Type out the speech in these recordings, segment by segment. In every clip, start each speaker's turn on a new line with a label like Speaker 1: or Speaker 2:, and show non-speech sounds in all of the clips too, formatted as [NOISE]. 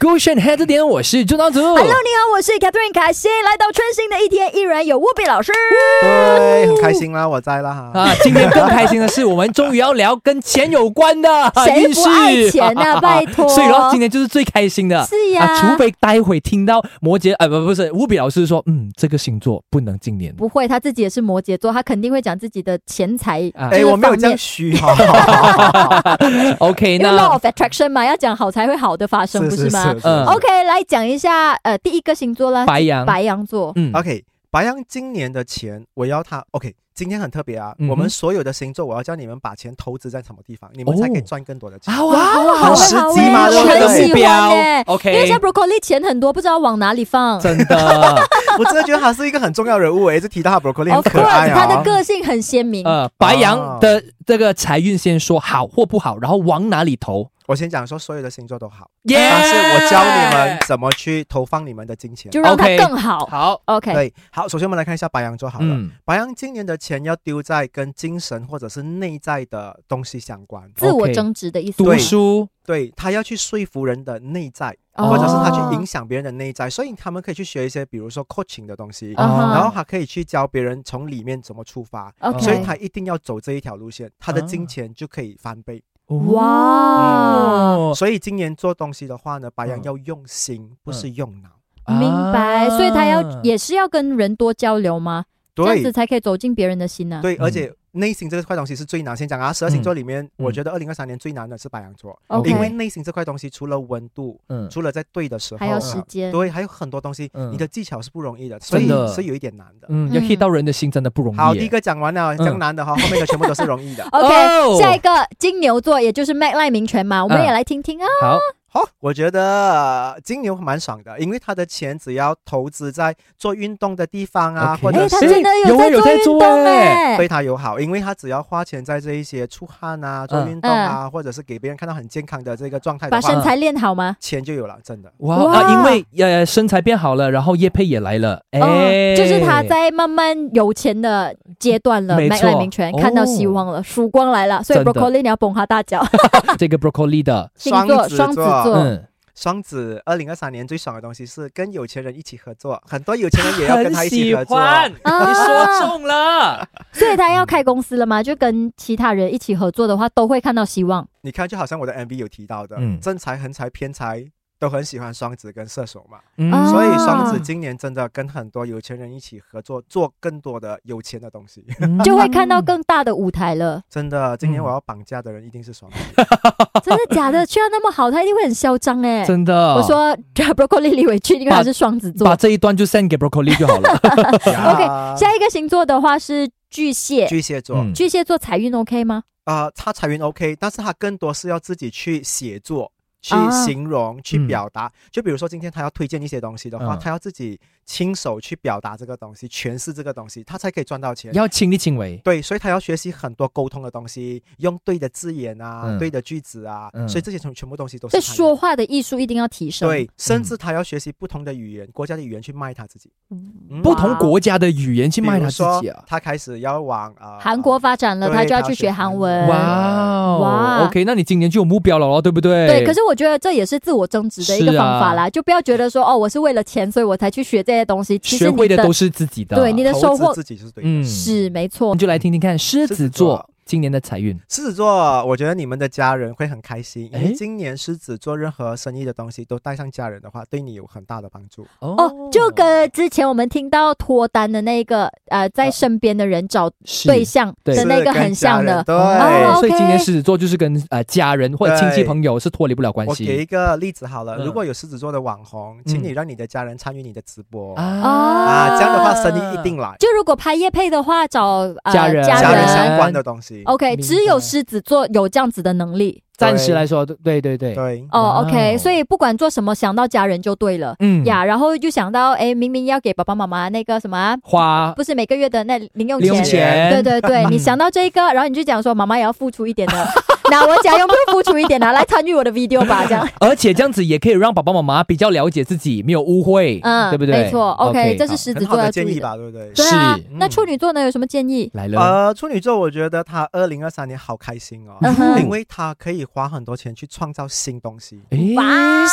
Speaker 1: Goshen Head 这点，我是朱长祖。
Speaker 2: 哦
Speaker 3: Hello，你好，我是 Catherine 凯欣，来到春新的一天，依然有乌比老师。
Speaker 2: 对，很开心啦，我在啦哈。
Speaker 1: 啊，今天更开心的是，我们终于要聊跟钱有关的
Speaker 3: 谁
Speaker 1: 运势
Speaker 3: 不爱
Speaker 1: [LAUGHS]
Speaker 3: 钱呐拜托
Speaker 1: 所以说，今天就是最开心的。
Speaker 3: 是呀
Speaker 1: 啊，除非待会听到摩羯，呃，不，不是乌比老师说，嗯，这个星座不能今年。
Speaker 3: 不会，他自己也是摩羯座，他肯定会讲自己的钱财。
Speaker 1: 啊
Speaker 3: 就
Speaker 2: 哎，
Speaker 3: 是
Speaker 2: 我没有
Speaker 3: 方
Speaker 2: 这样
Speaker 3: 面
Speaker 2: 虚哈。
Speaker 3: [LAUGHS]
Speaker 1: OK，
Speaker 3: 因为 law
Speaker 1: 那
Speaker 3: of attraction 嘛，要讲好才会好的发生，
Speaker 2: 是
Speaker 3: 不
Speaker 2: 是
Speaker 3: 吗
Speaker 2: 是
Speaker 1: 嗯
Speaker 3: o k 来讲一下，呃，第一个星座啦，
Speaker 1: 白羊，
Speaker 3: 白羊座。
Speaker 1: 嗯
Speaker 2: OK，白羊今年的钱，我要他 OK。今天很特别啊，
Speaker 1: 嗯哼
Speaker 2: 我们所有的星座，我要叫你们把钱投资在什么地方，你们才可以
Speaker 1: 哦
Speaker 2: 赚更多的钱。
Speaker 1: 啊，哇，
Speaker 3: 好
Speaker 2: 很
Speaker 3: 欸
Speaker 2: 实
Speaker 3: 好
Speaker 2: 际
Speaker 3: 欸
Speaker 2: 嘛对
Speaker 3: 我
Speaker 2: 不对
Speaker 3: 很喜
Speaker 1: 目标
Speaker 3: 欢欸
Speaker 1: ，OK，
Speaker 3: 因为像 broccoli 钱很多，不知道往哪里放。
Speaker 1: 真
Speaker 3: [LAUGHS]
Speaker 1: 的，
Speaker 2: 我真的觉得他是一个很重要人物，我一直提到他 broccoli 很
Speaker 3: Of
Speaker 2: 可
Speaker 3: course，
Speaker 2: 爱
Speaker 3: 他的
Speaker 2: 啊。嗯
Speaker 3: 个性很鲜明。
Speaker 1: 呃，白羊的这个财运先说好或不好，然后往哪里投。
Speaker 2: 我先讲说所有的星座都好，
Speaker 1: 耶
Speaker 2: 但是我教你们怎么去投放你们的金钱
Speaker 3: 就。让它
Speaker 1: OK
Speaker 3: 更好。
Speaker 1: 好，
Speaker 3: OK，
Speaker 2: 对，好，首先我们来看一下白羊座好了。
Speaker 1: 嗯，
Speaker 2: 白羊今年的钱要丢在跟精神或者是内在的东西相关，
Speaker 3: 自我
Speaker 1: OK
Speaker 3: 增值的意思。
Speaker 1: 读
Speaker 2: 对
Speaker 1: 书，
Speaker 2: 对他要去说服人的内在，
Speaker 3: 哦
Speaker 2: 或者是他去影响别人的内在，所以他们可以去学一些，比如说 coaching 的东西，
Speaker 1: 哦
Speaker 3: 嗯哼
Speaker 2: 啊然后还可以去教别人从里面怎么出发。
Speaker 3: OK，哦
Speaker 2: 所以他一定要走这一条路线，他的
Speaker 1: 啊
Speaker 2: 金钱就可以翻倍。
Speaker 3: 哇，
Speaker 1: 哦
Speaker 2: 所以今年做东西的话呢，白羊
Speaker 1: 嗯
Speaker 2: 要用心，不
Speaker 3: 嗯
Speaker 2: 是用脑。
Speaker 3: 明白。所以他要
Speaker 1: 啊
Speaker 3: 也是要跟人多交流吗？这样子啊
Speaker 2: 对
Speaker 3: 才可以走进别人的心呢。
Speaker 2: 对，
Speaker 1: 嗯
Speaker 2: 而且内心这块东西是最难。先讲啊，十二星座里面，我
Speaker 1: 嗯
Speaker 2: 觉得二零二三年最难的是白羊座，
Speaker 3: ，OK，
Speaker 2: 因为内心这块东西除了温度，
Speaker 1: 嗯
Speaker 2: 除了在对的时候，
Speaker 3: 还有时间。
Speaker 2: 哦对，还有很多东西，
Speaker 1: 嗯
Speaker 2: 你的技巧是不容易的，所以
Speaker 1: 真的
Speaker 2: 是有一点难的。
Speaker 1: 嗯，要
Speaker 3: 嗯
Speaker 1: hit 到人的心真的不容易耶。
Speaker 2: 好，第一个讲完了，讲难的哈，后面的全部都是容易的。
Speaker 3: [LAUGHS]
Speaker 1: 哦
Speaker 3: OK，下一个金牛座，也就是 Mac 赖明权嘛，我们也来听听啊。
Speaker 1: 好，
Speaker 2: 好，我觉得金牛蛮爽的，因为他的钱只要投资在做运动的地方啊
Speaker 1: OK
Speaker 2: 或
Speaker 3: 哎，
Speaker 2: 者
Speaker 3: 他
Speaker 2: 是
Speaker 3: 真的
Speaker 1: 有
Speaker 3: 在
Speaker 1: 有
Speaker 3: 做
Speaker 1: 在
Speaker 3: 运
Speaker 1: 做
Speaker 3: 动
Speaker 1: 哎
Speaker 3: 哎
Speaker 2: 对。他友好，因为他只要花钱在这一些出汗啊、做
Speaker 1: 嗯
Speaker 2: 运动啊，或者是给别人看到很健康的这个状态
Speaker 3: 把
Speaker 2: 的
Speaker 3: 身
Speaker 2: 话，
Speaker 3: 材练好吗？
Speaker 2: 钱就有了，真的。
Speaker 1: 哇
Speaker 3: 哇
Speaker 1: 啊，因为呃身材变好了，然后叶佩也来了，哎，
Speaker 3: 嗯，就是他在慢慢有钱的阶段了。
Speaker 1: 没
Speaker 3: Mac
Speaker 1: 错哦
Speaker 3: 赖明权看到希望了，曙光来了，所以
Speaker 1: 真的
Speaker 3: Broccoli 你要捧他
Speaker 1: [LAUGHS]
Speaker 3: 大脚。
Speaker 1: 这个 broccoli 的，
Speaker 3: 星座双
Speaker 2: 双
Speaker 3: 子
Speaker 2: 子座，
Speaker 3: 座，
Speaker 1: 嗯，
Speaker 2: 双子二零二三年最爽的东西是跟有钱人一起合作，很多有钱人也要跟他一起合作。
Speaker 3: 啊
Speaker 1: 你说中了，
Speaker 3: 所以他要开公司了吗？就跟其他人一起合作的话，都会看到希望。
Speaker 2: 你看，就好像我的 MV 有提到的，
Speaker 1: 嗯
Speaker 2: 正财、横财、偏财都很喜欢双子跟射手嘛，
Speaker 1: 哦
Speaker 3: 啊
Speaker 2: 所以
Speaker 1: 嗯
Speaker 2: 双子今年真的跟很多有钱人一起合作，做更多的有钱的东西。 [LAUGHS]
Speaker 1: 嗯
Speaker 3: 就会看到更大的舞台了，
Speaker 2: 真的，今年
Speaker 1: 嗯
Speaker 2: 我要绑架的人一定是双子。
Speaker 3: [LAUGHS] 真的假的？居然那么好，他一定会很嚣张哎！
Speaker 1: 嗯真的。
Speaker 3: 我说 [LAUGHS] 啊 Broccoli 李伟俊，因为他是双子座
Speaker 1: 把。这一段就 send 给 broccoli 就好
Speaker 2: [LAUGHS]
Speaker 1: 了。
Speaker 2: 呀
Speaker 3: 下一个星座的话是巨蟹，
Speaker 2: 巨蟹座
Speaker 1: 嗯
Speaker 3: 巨蟹座财运 OK 吗？
Speaker 2: 啊，他财运 OK，但是他更多是要自己去写作。去
Speaker 3: 啊
Speaker 2: 形容、去
Speaker 1: 嗯
Speaker 2: 表达，就比如说今天他要推荐一些东西的话，
Speaker 1: 嗯
Speaker 2: 他要自己亲手去表达这个东西，诠释这个东西，他才可以赚到钱。
Speaker 1: 要亲力亲为，
Speaker 2: 对，所以他要学习很多沟通的东西，用对的字眼啊，
Speaker 1: 嗯
Speaker 2: 对的句子啊，
Speaker 1: 嗯
Speaker 2: 所以这些全全部东西都
Speaker 3: 这
Speaker 2: 是他
Speaker 3: 说话的艺术一定要提升。
Speaker 2: 对，
Speaker 1: 嗯
Speaker 2: 甚至他要学习不同的语言、国家的语言去卖他自己，嗯
Speaker 1: 不同国家的语言去卖他自己
Speaker 2: 比如
Speaker 1: 啊
Speaker 2: 说。他开始要往啊
Speaker 3: 韩国发展了，
Speaker 2: 对
Speaker 3: 他就要去学韩文。
Speaker 2: 他要学韩文
Speaker 1: 哇哦
Speaker 3: 呃哇
Speaker 1: ，OK，那你今年就有目标了咯，对不对？
Speaker 3: 对，可是我觉得这也是自我增值的一个
Speaker 1: 是啊
Speaker 3: 方法啦，就不要觉得说哦，我是为了钱，所以我才去学这些东西。其实
Speaker 1: 学
Speaker 3: 你
Speaker 1: 会
Speaker 3: 的
Speaker 1: 的都是自己的。
Speaker 3: 对你的
Speaker 2: 投
Speaker 3: 收
Speaker 2: 资
Speaker 3: 获
Speaker 2: 自己是对的。
Speaker 1: 嗯，
Speaker 3: 是没错
Speaker 1: 我们。就来听听看狮
Speaker 2: 狮
Speaker 1: 子
Speaker 2: 子座
Speaker 1: 座今年的财运。
Speaker 2: 狮子座，我觉得你们的家人会很开心，因
Speaker 1: 诶
Speaker 2: 为今年狮子做任何生意的东西都带上家人的话，对你有很大的帮助。
Speaker 3: 哦，就跟之前我们听到脱单的那个呃，在身边的人找
Speaker 1: 是
Speaker 3: 对象
Speaker 1: 对
Speaker 3: 的那个很像的
Speaker 2: 是跟家人，对。
Speaker 3: 哦
Speaker 1: 所以今
Speaker 3: OK
Speaker 1: 年狮子座就是跟呃家人或者亲戚
Speaker 2: 对
Speaker 1: 朋友是脱离不了关
Speaker 2: 我给
Speaker 1: 系
Speaker 2: 一个例子好了，
Speaker 1: 嗯
Speaker 2: 如果有狮子座的网红，请你让你的家人参与你的直播
Speaker 1: 啊
Speaker 2: 啊，
Speaker 3: 嗯啊
Speaker 2: 这样的话生意一定来。
Speaker 3: 就如果拍夜配的话，找、呃、
Speaker 1: 家人
Speaker 3: 家哦
Speaker 2: 家人
Speaker 1: 人
Speaker 2: 相关的东西，
Speaker 3: OK，
Speaker 1: 明白
Speaker 3: 只有狮子座有这样子的能力
Speaker 1: 暂时来说，对对对，
Speaker 2: 对，
Speaker 1: 哇
Speaker 3: 哦。
Speaker 1: 哦
Speaker 3: OK，所以不管做什么，想到家人就对了、
Speaker 1: 嗯，
Speaker 3: 呀。然后就想到，哎，明明要给爸爸妈妈那个什么啊、
Speaker 1: 花
Speaker 3: 不是每个月的那零用
Speaker 1: 零
Speaker 3: 钱，
Speaker 1: 用钱，
Speaker 3: 对对对，
Speaker 1: 嗯 [LAUGHS]
Speaker 3: 你想到这个，然后你就讲说，妈妈也要付出一点的。那我家用不用付出一点啊，来参与我的 video 吧，这样。
Speaker 1: 而且这样子也可以让爸爸妈妈比较了解自己，没有误会，[LAUGHS]
Speaker 3: 嗯，
Speaker 1: 对不对？
Speaker 3: 没错，OK，这是
Speaker 1: 好嗯
Speaker 3: 狮子
Speaker 2: 很好
Speaker 3: 座要注
Speaker 2: 的建
Speaker 3: 意
Speaker 2: 议
Speaker 3: 的。
Speaker 2: 吧，对不对？嗯
Speaker 3: 对啊哦
Speaker 1: 是，
Speaker 3: 那处女座呢有什么建议？
Speaker 1: 来了，
Speaker 2: 呃，处女座，我觉得他二零二三年好开心哦，
Speaker 3: 嗯哼
Speaker 2: 因为他可以花很多钱去创造新东西。
Speaker 1: 诶
Speaker 3: 哇，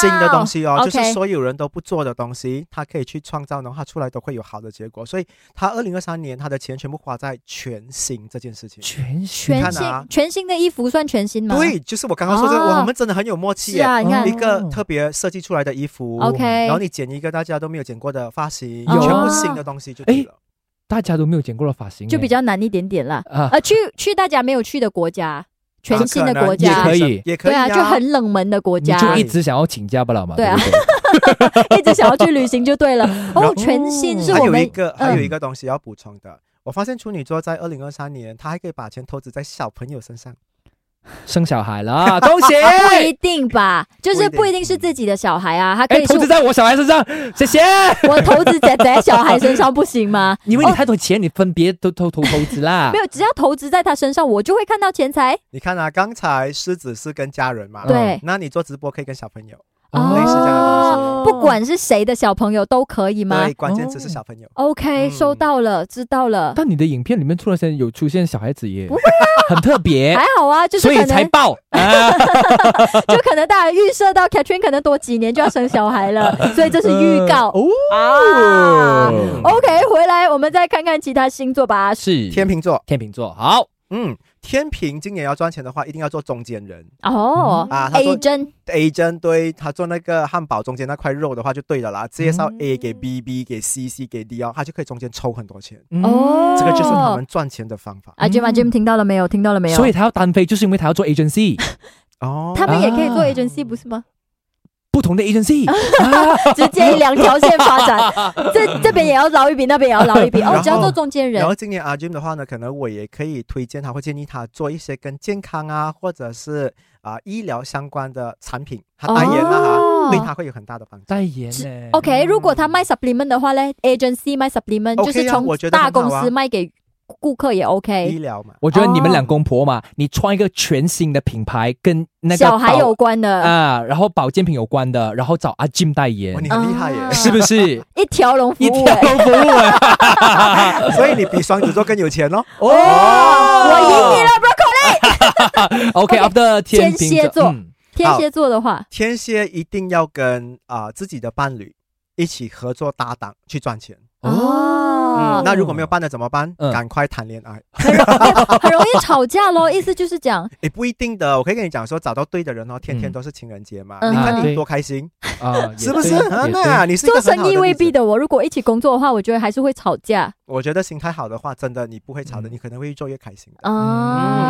Speaker 2: 新的东西哦，
Speaker 3: 啊 OK
Speaker 2: 就是所有人都不做的东西，他可以去创造，然后它出来都会有好的结果。所以他二零二三年他的钱全部花在全新这件事情。
Speaker 1: 全选
Speaker 3: 全
Speaker 2: 你看
Speaker 3: 新
Speaker 2: 啊
Speaker 3: 全新的衣服算全新吗？
Speaker 2: 对，啊就是我刚刚说这个，
Speaker 3: 哦
Speaker 2: 我们真的很有默契
Speaker 3: 是
Speaker 2: 耶。
Speaker 3: 啊，你看
Speaker 2: 一个特别设计出来的衣服
Speaker 3: ，OK，啊
Speaker 2: 然后你剪一个大家都没有剪过的发型，
Speaker 1: 有
Speaker 2: 全部新的东西就对了。啊
Speaker 1: 大家都没有剪过的发型，
Speaker 3: 就比
Speaker 1: 较
Speaker 3: 较难一点点啦。
Speaker 1: 啊，
Speaker 3: 呃，去去大家没有去的国家，全新的国
Speaker 1: 也
Speaker 3: 家，
Speaker 1: 可以
Speaker 2: 也可
Speaker 3: 对
Speaker 2: 以
Speaker 3: 啊，就很冷门的国
Speaker 1: 你
Speaker 3: 家，
Speaker 1: 就一直想要请假不了嘛？
Speaker 3: 对啊
Speaker 1: 不对，
Speaker 3: [LAUGHS] 一直想要去旅行就对了。
Speaker 2: 然
Speaker 3: 哦
Speaker 2: 后，
Speaker 3: 全新是
Speaker 2: 还
Speaker 3: 我
Speaker 2: 有一
Speaker 3: 们
Speaker 2: 个、
Speaker 3: 嗯
Speaker 2: 还有一个东西要补充的，我发现处女座在二零二三年，他还可以把钱投资在小朋友身上。
Speaker 1: 生小孩
Speaker 3: [LAUGHS]
Speaker 1: 了，恭喜！
Speaker 3: 啊不一定吧，就是
Speaker 2: 不
Speaker 3: 不
Speaker 2: 一定
Speaker 3: 一定是自己的小孩啊，他可
Speaker 1: 哎，
Speaker 3: 以
Speaker 1: 投
Speaker 3: 说
Speaker 1: 资在我小孩身上，谢谢。
Speaker 3: 我投资在 [LAUGHS] 在小孩身上不行
Speaker 1: [LAUGHS]
Speaker 3: 吗？
Speaker 1: 因为你太多钱，你分别都偷偷投资啦
Speaker 3: 哦没。有，只要投资在他身上，我就会看到钱财。
Speaker 2: 你看啊，刚才狮子是跟家人嘛，
Speaker 1: 嗯
Speaker 3: 对，
Speaker 2: 那你做直播可以跟小朋友，
Speaker 1: 哦
Speaker 2: 类似这样的
Speaker 3: 不管是谁的小朋友都可以吗
Speaker 2: 哦对，关键词是小
Speaker 1: 哦
Speaker 2: 朋友。
Speaker 3: ？OK，
Speaker 2: 嗯
Speaker 3: 收到了，知道了，
Speaker 1: 但你的影片里面突然间有出现小孩子耶，很特别
Speaker 3: 还，好啊，就是
Speaker 1: 哎所以
Speaker 3: 可
Speaker 1: 才
Speaker 3: 能
Speaker 1: 爆啊！
Speaker 2: [LAUGHS]
Speaker 3: 就可能大家预设到 Catherine 可能多几年就要生小孩
Speaker 2: [LAUGHS]
Speaker 3: 了，所以这是预告
Speaker 1: 呃
Speaker 3: 啊。
Speaker 1: 哦，
Speaker 3: OK，回来我们再看看其他星座吧。
Speaker 1: 是
Speaker 2: 天秤座，
Speaker 1: 天秤座，好，
Speaker 2: 嗯，天秤今年要赚钱的话，一定要做中间人
Speaker 3: 哦
Speaker 2: 啊。他
Speaker 3: ，A
Speaker 2: 说
Speaker 3: 针
Speaker 2: A 针对，他做那个汉堡中间那块肉的话就对了
Speaker 3: 嗯
Speaker 2: 啦，介绍 A 给 B，B 给 C，C 给 D 哦，他就可以中间抽很多钱。
Speaker 1: 嗯
Speaker 3: 哦
Speaker 2: 这个就是他们赚钱的方法
Speaker 3: 啊，Jim 啊
Speaker 1: 嗯
Speaker 3: Jim 听到了没有？听到了没有？
Speaker 1: 所以他要单飞，就是因为他要做 agency，
Speaker 2: 哦。
Speaker 3: 他们也可以做
Speaker 1: 啊
Speaker 3: agency 不是吗？
Speaker 1: 不同的
Speaker 3: 啊
Speaker 1: agency，
Speaker 3: 直接两条线发
Speaker 2: [LAUGHS]
Speaker 3: 展，这这边也要捞一笔，那边也要捞一笔，
Speaker 2: 然
Speaker 3: 哦
Speaker 2: 后，
Speaker 3: 只要做中间人
Speaker 2: 然后今年阿 Jim 的话呢，可能我也可以推荐他，或建议他做一些跟健康啊，或者是啊、医疗相关的产品，他代言了哈，
Speaker 3: 哦
Speaker 2: 对他会有很大的帮助。
Speaker 1: 代言呢
Speaker 3: OK，如果他卖 supplement 的话呢，agency 卖 supplement 就
Speaker 2: OK 啊
Speaker 3: 是从
Speaker 2: 我觉得很好
Speaker 3: 大
Speaker 2: 啊
Speaker 3: 公司卖给顾客也 OK
Speaker 2: 医。疗嘛，
Speaker 1: 我觉得你们两公婆嘛，你创一个全新的品牌，跟那个
Speaker 3: 哦小孩
Speaker 1: 保
Speaker 3: 有关
Speaker 2: 呃
Speaker 3: 的，
Speaker 1: 啊，然后保健品有关的，然后找阿 Jim 代言
Speaker 2: 哇，，哦你很厉害耶！
Speaker 3: 啊
Speaker 1: 是不
Speaker 3: [LAUGHS]
Speaker 1: 是？
Speaker 3: 一条龙服
Speaker 1: 一
Speaker 3: 务
Speaker 1: 条
Speaker 3: 欸。
Speaker 1: 龙服务
Speaker 3: [LAUGHS]
Speaker 1: 啊！
Speaker 2: [LAUGHS] 所以你比双子座更有钱哦。
Speaker 1: 哦，
Speaker 3: 我赢你了，Broccoli。
Speaker 1: 哦 OK after 天秤
Speaker 3: 天蝎座
Speaker 1: 嗯
Speaker 3: 天蝎座的话，
Speaker 2: 天蝎一定要跟啊、自己的伴侣一起合作搭档去赚钱。
Speaker 3: 哦
Speaker 2: 嗯，那如果没有伴的怎么办？
Speaker 1: 嗯
Speaker 2: 赶快谈恋爱。
Speaker 3: 很容易吵架
Speaker 2: [LAUGHS]
Speaker 3: 咯。意思就是讲，
Speaker 2: 也不一定的，我可以跟你讲说，找到对的人哦，天天
Speaker 1: 嗯
Speaker 2: 都是情人节嘛。
Speaker 3: 嗯
Speaker 2: 你看
Speaker 1: 啊
Speaker 2: 你
Speaker 1: 对
Speaker 2: 多开心，
Speaker 1: 啊，也
Speaker 2: 是不是？
Speaker 1: 对
Speaker 2: 啊
Speaker 1: 也对
Speaker 2: 那你是一
Speaker 3: 做
Speaker 2: 个很好
Speaker 3: 生意未必
Speaker 2: 例子。
Speaker 3: 的我，如果一起工作的话，我觉得还是会吵架
Speaker 2: 我觉得心态好的话，真的你不会吵的，
Speaker 1: 嗯
Speaker 2: 你可能会越做越开心的。
Speaker 3: 啊。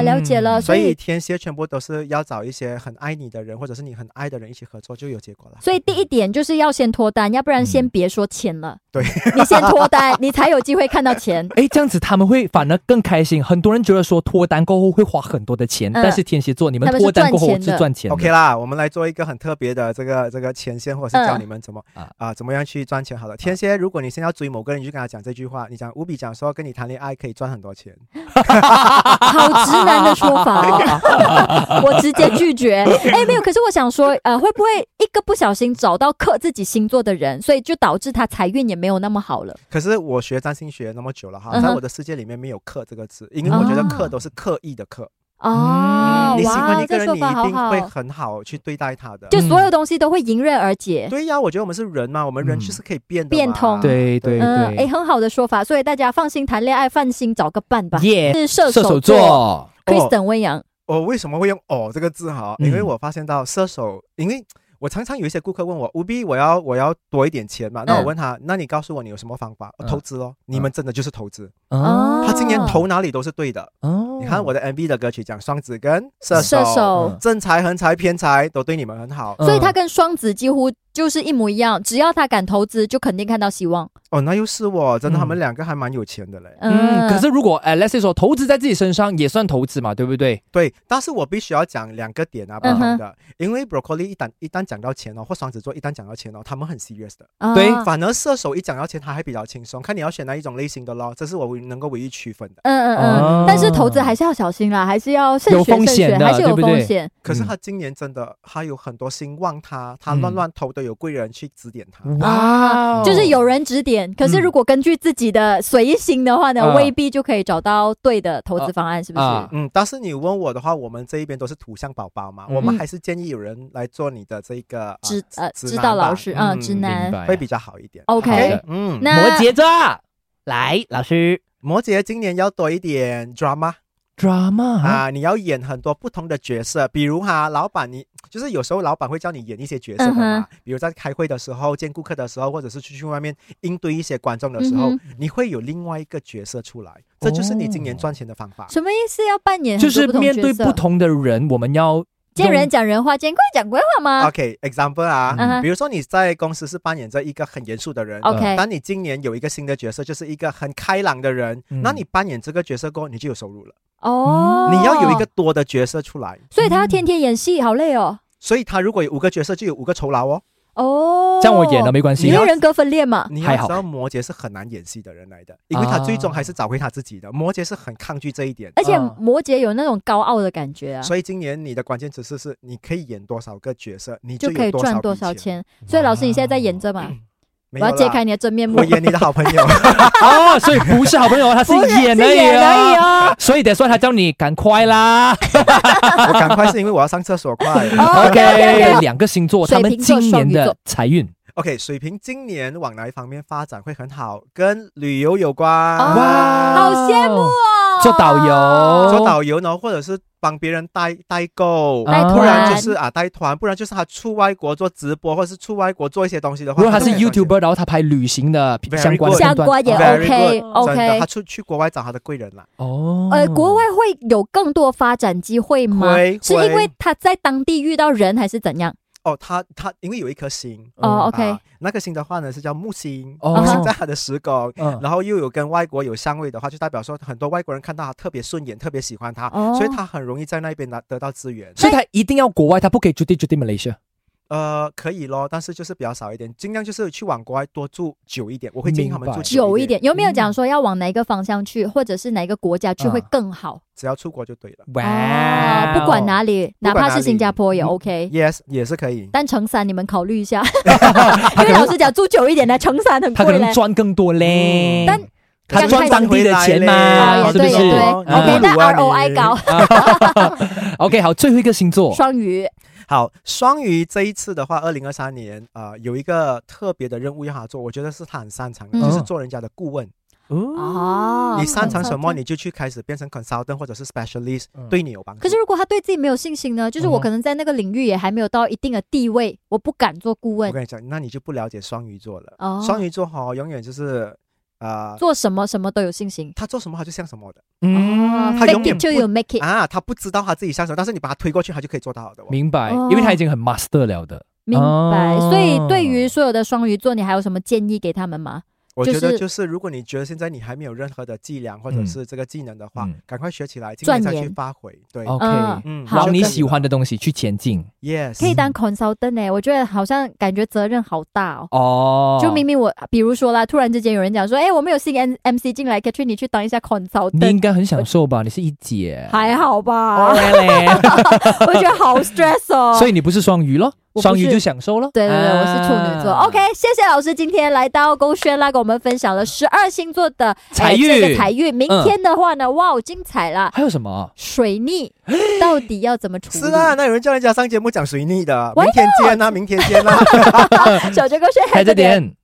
Speaker 1: 嗯
Speaker 3: 了解了，
Speaker 2: 所
Speaker 3: 所
Speaker 2: 以
Speaker 3: 以
Speaker 2: 天蝎全部都是要找一些很爱你的人，或者是你很爱的人一起合作就有结果了。
Speaker 3: 所以第一点就是要先脱单，要不然先
Speaker 1: 嗯
Speaker 3: 别说钱了。
Speaker 2: 嗯对，
Speaker 3: 你先脱
Speaker 2: [LAUGHS]
Speaker 3: 单，你才有机会看到钱。
Speaker 1: 哎，这样子他们会反而更开心。很多人觉得说脱单过后会花很多的钱，
Speaker 3: 嗯
Speaker 1: 但是天蝎座你们
Speaker 3: 他们是
Speaker 1: 脱单过后
Speaker 3: 赚钱的
Speaker 1: 是赚钱的。
Speaker 2: OK 啦，我们来做一个很特别的这个这个前线，或者是教
Speaker 3: 嗯
Speaker 2: 你们怎么啊、
Speaker 1: 啊
Speaker 2: 怎么样去赚钱。好了，天蝎，如果你现在要追某个人，你就跟他讲这句话，你讲无比讲说跟你谈恋爱可以赚很多钱，
Speaker 3: 好直男的说法哦，
Speaker 2: [LAUGHS]
Speaker 3: 我直接拒绝。哎，没有，可是我想说，呃，会不会一个不小心找到克自己星座的人，所以就导致他财运也没有那么好了？
Speaker 2: 可是我学占星学那么久了哈，
Speaker 3: 嗯哼
Speaker 2: 在我的世界里面没有克这个字，因为我觉得克都是刻意的克。
Speaker 3: 哦，
Speaker 2: 嗯你喜欢
Speaker 3: 哇，
Speaker 2: 一
Speaker 3: 这
Speaker 2: 个人，
Speaker 3: 说
Speaker 2: 你
Speaker 3: 法
Speaker 2: 一
Speaker 3: 好
Speaker 2: 定会
Speaker 3: 好，
Speaker 2: 很好去对待他的。
Speaker 3: 就
Speaker 1: 嗯
Speaker 3: 所有东西都会迎刃而解。
Speaker 2: 对呀、我觉得我们是人嘛，我们人就是可以变的嘛、
Speaker 3: 变通
Speaker 1: 嗯对对
Speaker 3: 嗯，哎，
Speaker 1: 对，
Speaker 3: 很好的说法，所以大家放心谈恋爱，放心找个伴吧。
Speaker 1: 耶，
Speaker 3: 是射
Speaker 1: 射手
Speaker 3: 手哦
Speaker 1: 座，哦
Speaker 3: ，Kristen 温阳，
Speaker 2: 我为什么会用“哦”这个字哈？
Speaker 1: 嗯
Speaker 2: 因为我发现到射手，因为我常常有一些顾客问我，吴斌，我要我要多一点钱
Speaker 3: 嗯
Speaker 2: 嘛？那我问他，那你告诉我你有什么方法？哦
Speaker 1: 嗯
Speaker 2: 投资咯，你们真的就是投资。
Speaker 1: 啊
Speaker 3: 哦
Speaker 2: 他今年投哪里都是对的。
Speaker 1: 哦
Speaker 2: 你看我的 MV 的歌曲讲双子跟射手，
Speaker 3: 射手
Speaker 1: 嗯
Speaker 2: 正财、横财、偏财都对你们很好。
Speaker 1: 嗯
Speaker 3: 所以他跟双子几乎就是一模一样，只要他敢投资，就肯定看到希望。
Speaker 2: 哦，那又是我，真的，
Speaker 1: 嗯
Speaker 2: 他们两个还蛮有钱的嘞。
Speaker 1: 嗯，可是如果呃，let's say 说投资在自己身上也算投资嘛，对不对？
Speaker 2: 对，但是我必须要讲两个点啊，不
Speaker 3: 嗯哼
Speaker 2: 同的，因为 broccoli 一旦一旦讲到钱哦，或双子座一旦讲到钱哦，他们很 serious 的。
Speaker 3: 啊
Speaker 1: 对
Speaker 3: 嗯
Speaker 2: 反而射手一讲到钱，他还比较轻松，看你要选哪一种类型的咯，这是我唯能够唯一区分的。
Speaker 3: 嗯嗯，
Speaker 1: 啊
Speaker 3: 但是投资还是要小心啦，还是要慎
Speaker 1: 有
Speaker 3: 选
Speaker 1: 风
Speaker 3: 慎
Speaker 1: 险
Speaker 3: 选，
Speaker 1: 的
Speaker 3: 还是有
Speaker 1: 对不
Speaker 3: 风
Speaker 1: 对
Speaker 3: 险。
Speaker 2: 可是他今年真的，他有很多兴旺他，他
Speaker 1: 嗯
Speaker 2: 乱乱投都有贵人去指点他。
Speaker 3: 嗯
Speaker 1: 哇哦，
Speaker 3: 就是有人指点，可是
Speaker 1: 嗯
Speaker 3: 如果根据自己的随心的话呢，
Speaker 1: 啊
Speaker 3: 未必就可以找到对的投资方案，是不是？
Speaker 1: 啊
Speaker 2: 嗯，但是你问我的话，我们这一边都是土象宝宝嘛，
Speaker 1: 嗯
Speaker 2: 我们还是建议有人来做你的这个啊
Speaker 3: 指呃
Speaker 2: 指
Speaker 3: 指
Speaker 2: 南
Speaker 3: 导
Speaker 2: 吧
Speaker 3: 老师，嗯，直
Speaker 2: 嗯
Speaker 1: 明
Speaker 3: 男。
Speaker 1: 白
Speaker 2: 会比较好一点。
Speaker 1: 好
Speaker 3: OK，
Speaker 1: 的
Speaker 2: 嗯，
Speaker 3: 那
Speaker 4: 摩羯座，来，老师，
Speaker 2: 摩羯今年要多一点 drama
Speaker 3: 啊
Speaker 1: drama 啊
Speaker 2: 啊，你要演很多不同的角色，比如哈，老板你就是有时候老板会叫你演一些角色的
Speaker 3: 嗯
Speaker 2: 嘛，比如在开会的时候、见顾客的时候，或者是出去外面应对一些观众的时候，
Speaker 3: 嗯
Speaker 2: 你会有另外一个角色出来，这就是你今年赚钱的方法。
Speaker 3: 什么意思？要扮演很
Speaker 1: 就
Speaker 3: 多
Speaker 1: 是
Speaker 3: 同
Speaker 1: 面对
Speaker 3: 角色
Speaker 1: 不同的人，我们要
Speaker 3: 见人
Speaker 1: 用
Speaker 3: 讲人话，见鬼讲鬼话
Speaker 2: 啊
Speaker 3: 吗？
Speaker 2: OK，example、啊，
Speaker 3: 嗯哼
Speaker 2: 比如说你在公司是扮演着一个很严肃的人。
Speaker 3: OK，
Speaker 2: 当你今年有一个新的角色，就是一个很开朗的人，
Speaker 1: 嗯
Speaker 2: 那你扮演这个角色过后，你就有收入了。
Speaker 3: 哦，
Speaker 2: 你要有一个，多的角色出来，
Speaker 3: 所以他要天天演戏，好累哦。
Speaker 2: 所以他如果有五个角色，就有五个酬劳哦。
Speaker 3: 哦，
Speaker 1: 这样我演啊了没关
Speaker 3: 你
Speaker 1: 系
Speaker 3: 有人格分裂嘛？
Speaker 2: 你
Speaker 1: 还
Speaker 2: 要
Speaker 1: 好
Speaker 2: 知道，摩羯是很难演戏的人来的，因为
Speaker 3: 啊
Speaker 2: 他最终还是找回他自己的。摩羯是很抗拒这一点，
Speaker 3: 而且
Speaker 1: 嗯
Speaker 3: 摩羯有那种高傲的感觉啊，
Speaker 2: 所以今年你的关键词是是你可以演多少个角色，你
Speaker 3: 就可以
Speaker 2: 有
Speaker 3: 赚
Speaker 2: 多
Speaker 3: 多
Speaker 2: 少
Speaker 3: 少
Speaker 2: 笔钱。
Speaker 3: 钱。所以老师，你现在在演着嘛？
Speaker 2: 嗯没
Speaker 3: 我
Speaker 2: 有
Speaker 3: 要
Speaker 2: 啦
Speaker 3: 揭开，你的真面目
Speaker 2: 我。演你的好朋
Speaker 3: [LAUGHS]
Speaker 2: 友。
Speaker 1: [LAUGHS] 哦，所以不是好朋友，他是
Speaker 3: 不是
Speaker 1: 演
Speaker 3: 是
Speaker 1: 而已
Speaker 3: 演而已
Speaker 1: 啊。
Speaker 3: 哦。
Speaker 1: 所以得算他叫你赶快啦。
Speaker 2: 我赶快是因为我要上厕所
Speaker 3: [LAUGHS]
Speaker 2: 快。
Speaker 3: 哦 OK，OK，OK
Speaker 1: OK，两个星座，他
Speaker 3: 水
Speaker 1: 们
Speaker 3: 瓶座
Speaker 1: 今
Speaker 3: 双
Speaker 1: 年
Speaker 3: 鱼
Speaker 1: 的
Speaker 3: 座
Speaker 1: 财运，
Speaker 2: OK，水瓶今年往哪一方面发展会很好？跟旅游有关，
Speaker 3: 哦
Speaker 1: 哇，
Speaker 3: 好羡慕哦！
Speaker 1: 做导游
Speaker 2: 做导游呢，或者是帮别人代代购。
Speaker 3: 带
Speaker 1: 啊
Speaker 3: 团，
Speaker 2: 不然就是
Speaker 3: 哦
Speaker 2: 啊带团，不然就是他出外国做直播，或者是出外国做一些东西的话，
Speaker 1: 如果他是
Speaker 2: 都可以赚钱
Speaker 1: YouTuber，然后他拍旅行的
Speaker 2: Very
Speaker 1: 相关
Speaker 2: good
Speaker 1: 片
Speaker 3: 相
Speaker 1: 段
Speaker 3: 关也
Speaker 2: Very
Speaker 3: OK
Speaker 2: good，真的，
Speaker 3: OK
Speaker 2: 他。出去国外找他的贵人啦。
Speaker 1: 哦，
Speaker 3: 呃，国外会有更多发展机会吗？
Speaker 2: 会
Speaker 3: 是因为
Speaker 2: 会
Speaker 3: 他在当地遇到人还是怎样？
Speaker 2: 哦，他他因为有一颗星
Speaker 3: 哦
Speaker 1: 嗯
Speaker 3: ，OK，
Speaker 2: 啊那颗星的话呢是叫木星，
Speaker 1: 哦
Speaker 2: 木星在他的十宫，
Speaker 1: 嗯
Speaker 2: 然后又有跟外国有相位的话，就代表说很多外国人看到他特别顺眼，特别喜欢他，
Speaker 3: 哦
Speaker 2: 啊所以他很容易在那边拿得到资源。
Speaker 1: 所以他一定要国外，他不可以 Judy Judy Malaysia。
Speaker 3: 哦
Speaker 2: 呃，可以咯，但是就是比较少一点，尽量就是去往国外多住久一点。我会建议他们
Speaker 1: 明白
Speaker 2: 住
Speaker 3: 久一
Speaker 2: 一点，嗯
Speaker 3: 点，有没有讲说要往哪一个方向去，或者是哪一个国家
Speaker 2: 啊
Speaker 3: 去会更好？哦
Speaker 2: 只要出国就对了。
Speaker 1: 哇，
Speaker 3: 不管哪里，哪
Speaker 2: 不管哪里
Speaker 3: 怕是新加坡也
Speaker 2: 嗯
Speaker 3: OK。
Speaker 2: Yes，也是可以。
Speaker 3: 但成山你们考虑一
Speaker 2: [LAUGHS]
Speaker 3: 下，因为老师讲住久一点呢，成山很
Speaker 1: 他可
Speaker 3: 贵
Speaker 1: 能
Speaker 3: 嘞。
Speaker 1: 赚更多嘞
Speaker 2: 嗯，
Speaker 3: 但
Speaker 1: 他
Speaker 3: 刚开
Speaker 1: 赚
Speaker 3: 始
Speaker 1: 当地的钱
Speaker 3: 哦，
Speaker 1: 嘛，
Speaker 3: 也
Speaker 1: 是不
Speaker 3: 对也
Speaker 1: 是
Speaker 3: 对
Speaker 2: 哦你
Speaker 3: ，OK，
Speaker 2: 不
Speaker 3: 那
Speaker 2: 如啊你
Speaker 3: ROI 高，
Speaker 1: ？OK，好，最后一个星座，
Speaker 3: 双鱼
Speaker 2: 好，双鱼这一次的话，二零二三年啊、呃有一个特别的任务要他做，我觉得是他很擅长的，
Speaker 3: 嗯
Speaker 2: 就是做人家的顾问。
Speaker 3: 哦，
Speaker 2: 嗯你擅长什么，
Speaker 3: consultant
Speaker 2: 你就去开始变成 consultant 或者是 specialist，、
Speaker 3: 哦
Speaker 1: 嗯
Speaker 2: 对你有帮助。
Speaker 3: 可是如果他对自己没有信心呢？就是
Speaker 1: 嗯
Speaker 3: 我
Speaker 1: 哼
Speaker 3: 可能在那个领域也还没有到一定的地位，我不敢做顾
Speaker 2: 我
Speaker 3: 问。
Speaker 2: 跟你讲，那你就不了解双鱼座了。
Speaker 3: 哦，
Speaker 2: 双鱼座哈、永远就是啊，呃
Speaker 3: 做什么什么都有信心。
Speaker 2: 他做什么他就像什么的
Speaker 3: 哦
Speaker 1: 嗯，
Speaker 2: 他永
Speaker 3: ，fake
Speaker 2: 远
Speaker 3: it 就
Speaker 2: 不
Speaker 3: 有 make it，
Speaker 2: 啊，他不知道他自己像什么，但是你把他推过去，他就可以做到好的、哦。
Speaker 1: 明白
Speaker 3: 哦，
Speaker 1: 因为他已经很 master 了的。
Speaker 3: 明白。所以
Speaker 1: 哦
Speaker 3: 对于所有的双鱼座，你还有什么建议给他们吗？
Speaker 2: 我
Speaker 3: 就
Speaker 2: 觉得
Speaker 3: 是
Speaker 2: 就是，如果你觉得现在你还没有任何的伎俩或者
Speaker 1: 嗯
Speaker 2: 是这个技能的话，
Speaker 1: 嗯
Speaker 2: 赶快学起来，今
Speaker 3: 钻
Speaker 2: 年再去
Speaker 3: 研
Speaker 2: 发挥。对、
Speaker 1: OK，
Speaker 3: 嗯
Speaker 2: 嗯好
Speaker 1: 往你喜欢的东西去前进。
Speaker 2: y e s
Speaker 3: [LAUGHS] 可以
Speaker 1: 嗯
Speaker 3: 当 consultant 呢、我觉得好像感觉责任好大哦。
Speaker 1: 哦，
Speaker 3: 就明明我，比如说啦，突然之间有人讲说，哎、我们有新 M MC 进来，可以去你去当一下
Speaker 1: 你应
Speaker 3: consultant，
Speaker 1: 该很享受吧？你是一姐，
Speaker 3: 还好 [LAUGHS] 吧？
Speaker 1: 嘞，
Speaker 3: 我觉得好 stress 哦。
Speaker 1: 哦 [LAUGHS] 所以你不是双鱼咯，
Speaker 3: 我不是
Speaker 1: 双鱼就享受咯。
Speaker 3: 对对对，我是处女座。
Speaker 1: 啊
Speaker 3: OK，谢谢老师今天来到勾轩啦，跟我们分享了十二星座的
Speaker 1: 财
Speaker 3: 呃这个
Speaker 1: 运嗯
Speaker 3: 财运。明天的话呢，哇，哦，精彩啦！
Speaker 1: 还有什么啊？
Speaker 3: 水
Speaker 1: [LAUGHS]
Speaker 3: 逆到底要怎么处理？
Speaker 2: 是啦，那有人叫人家上节目讲水逆的，
Speaker 3: Why
Speaker 2: 明天见啦，明天见啦。
Speaker 3: 小杰哥轩
Speaker 1: 开
Speaker 3: 还
Speaker 1: 着
Speaker 3: 这边。
Speaker 1: 点。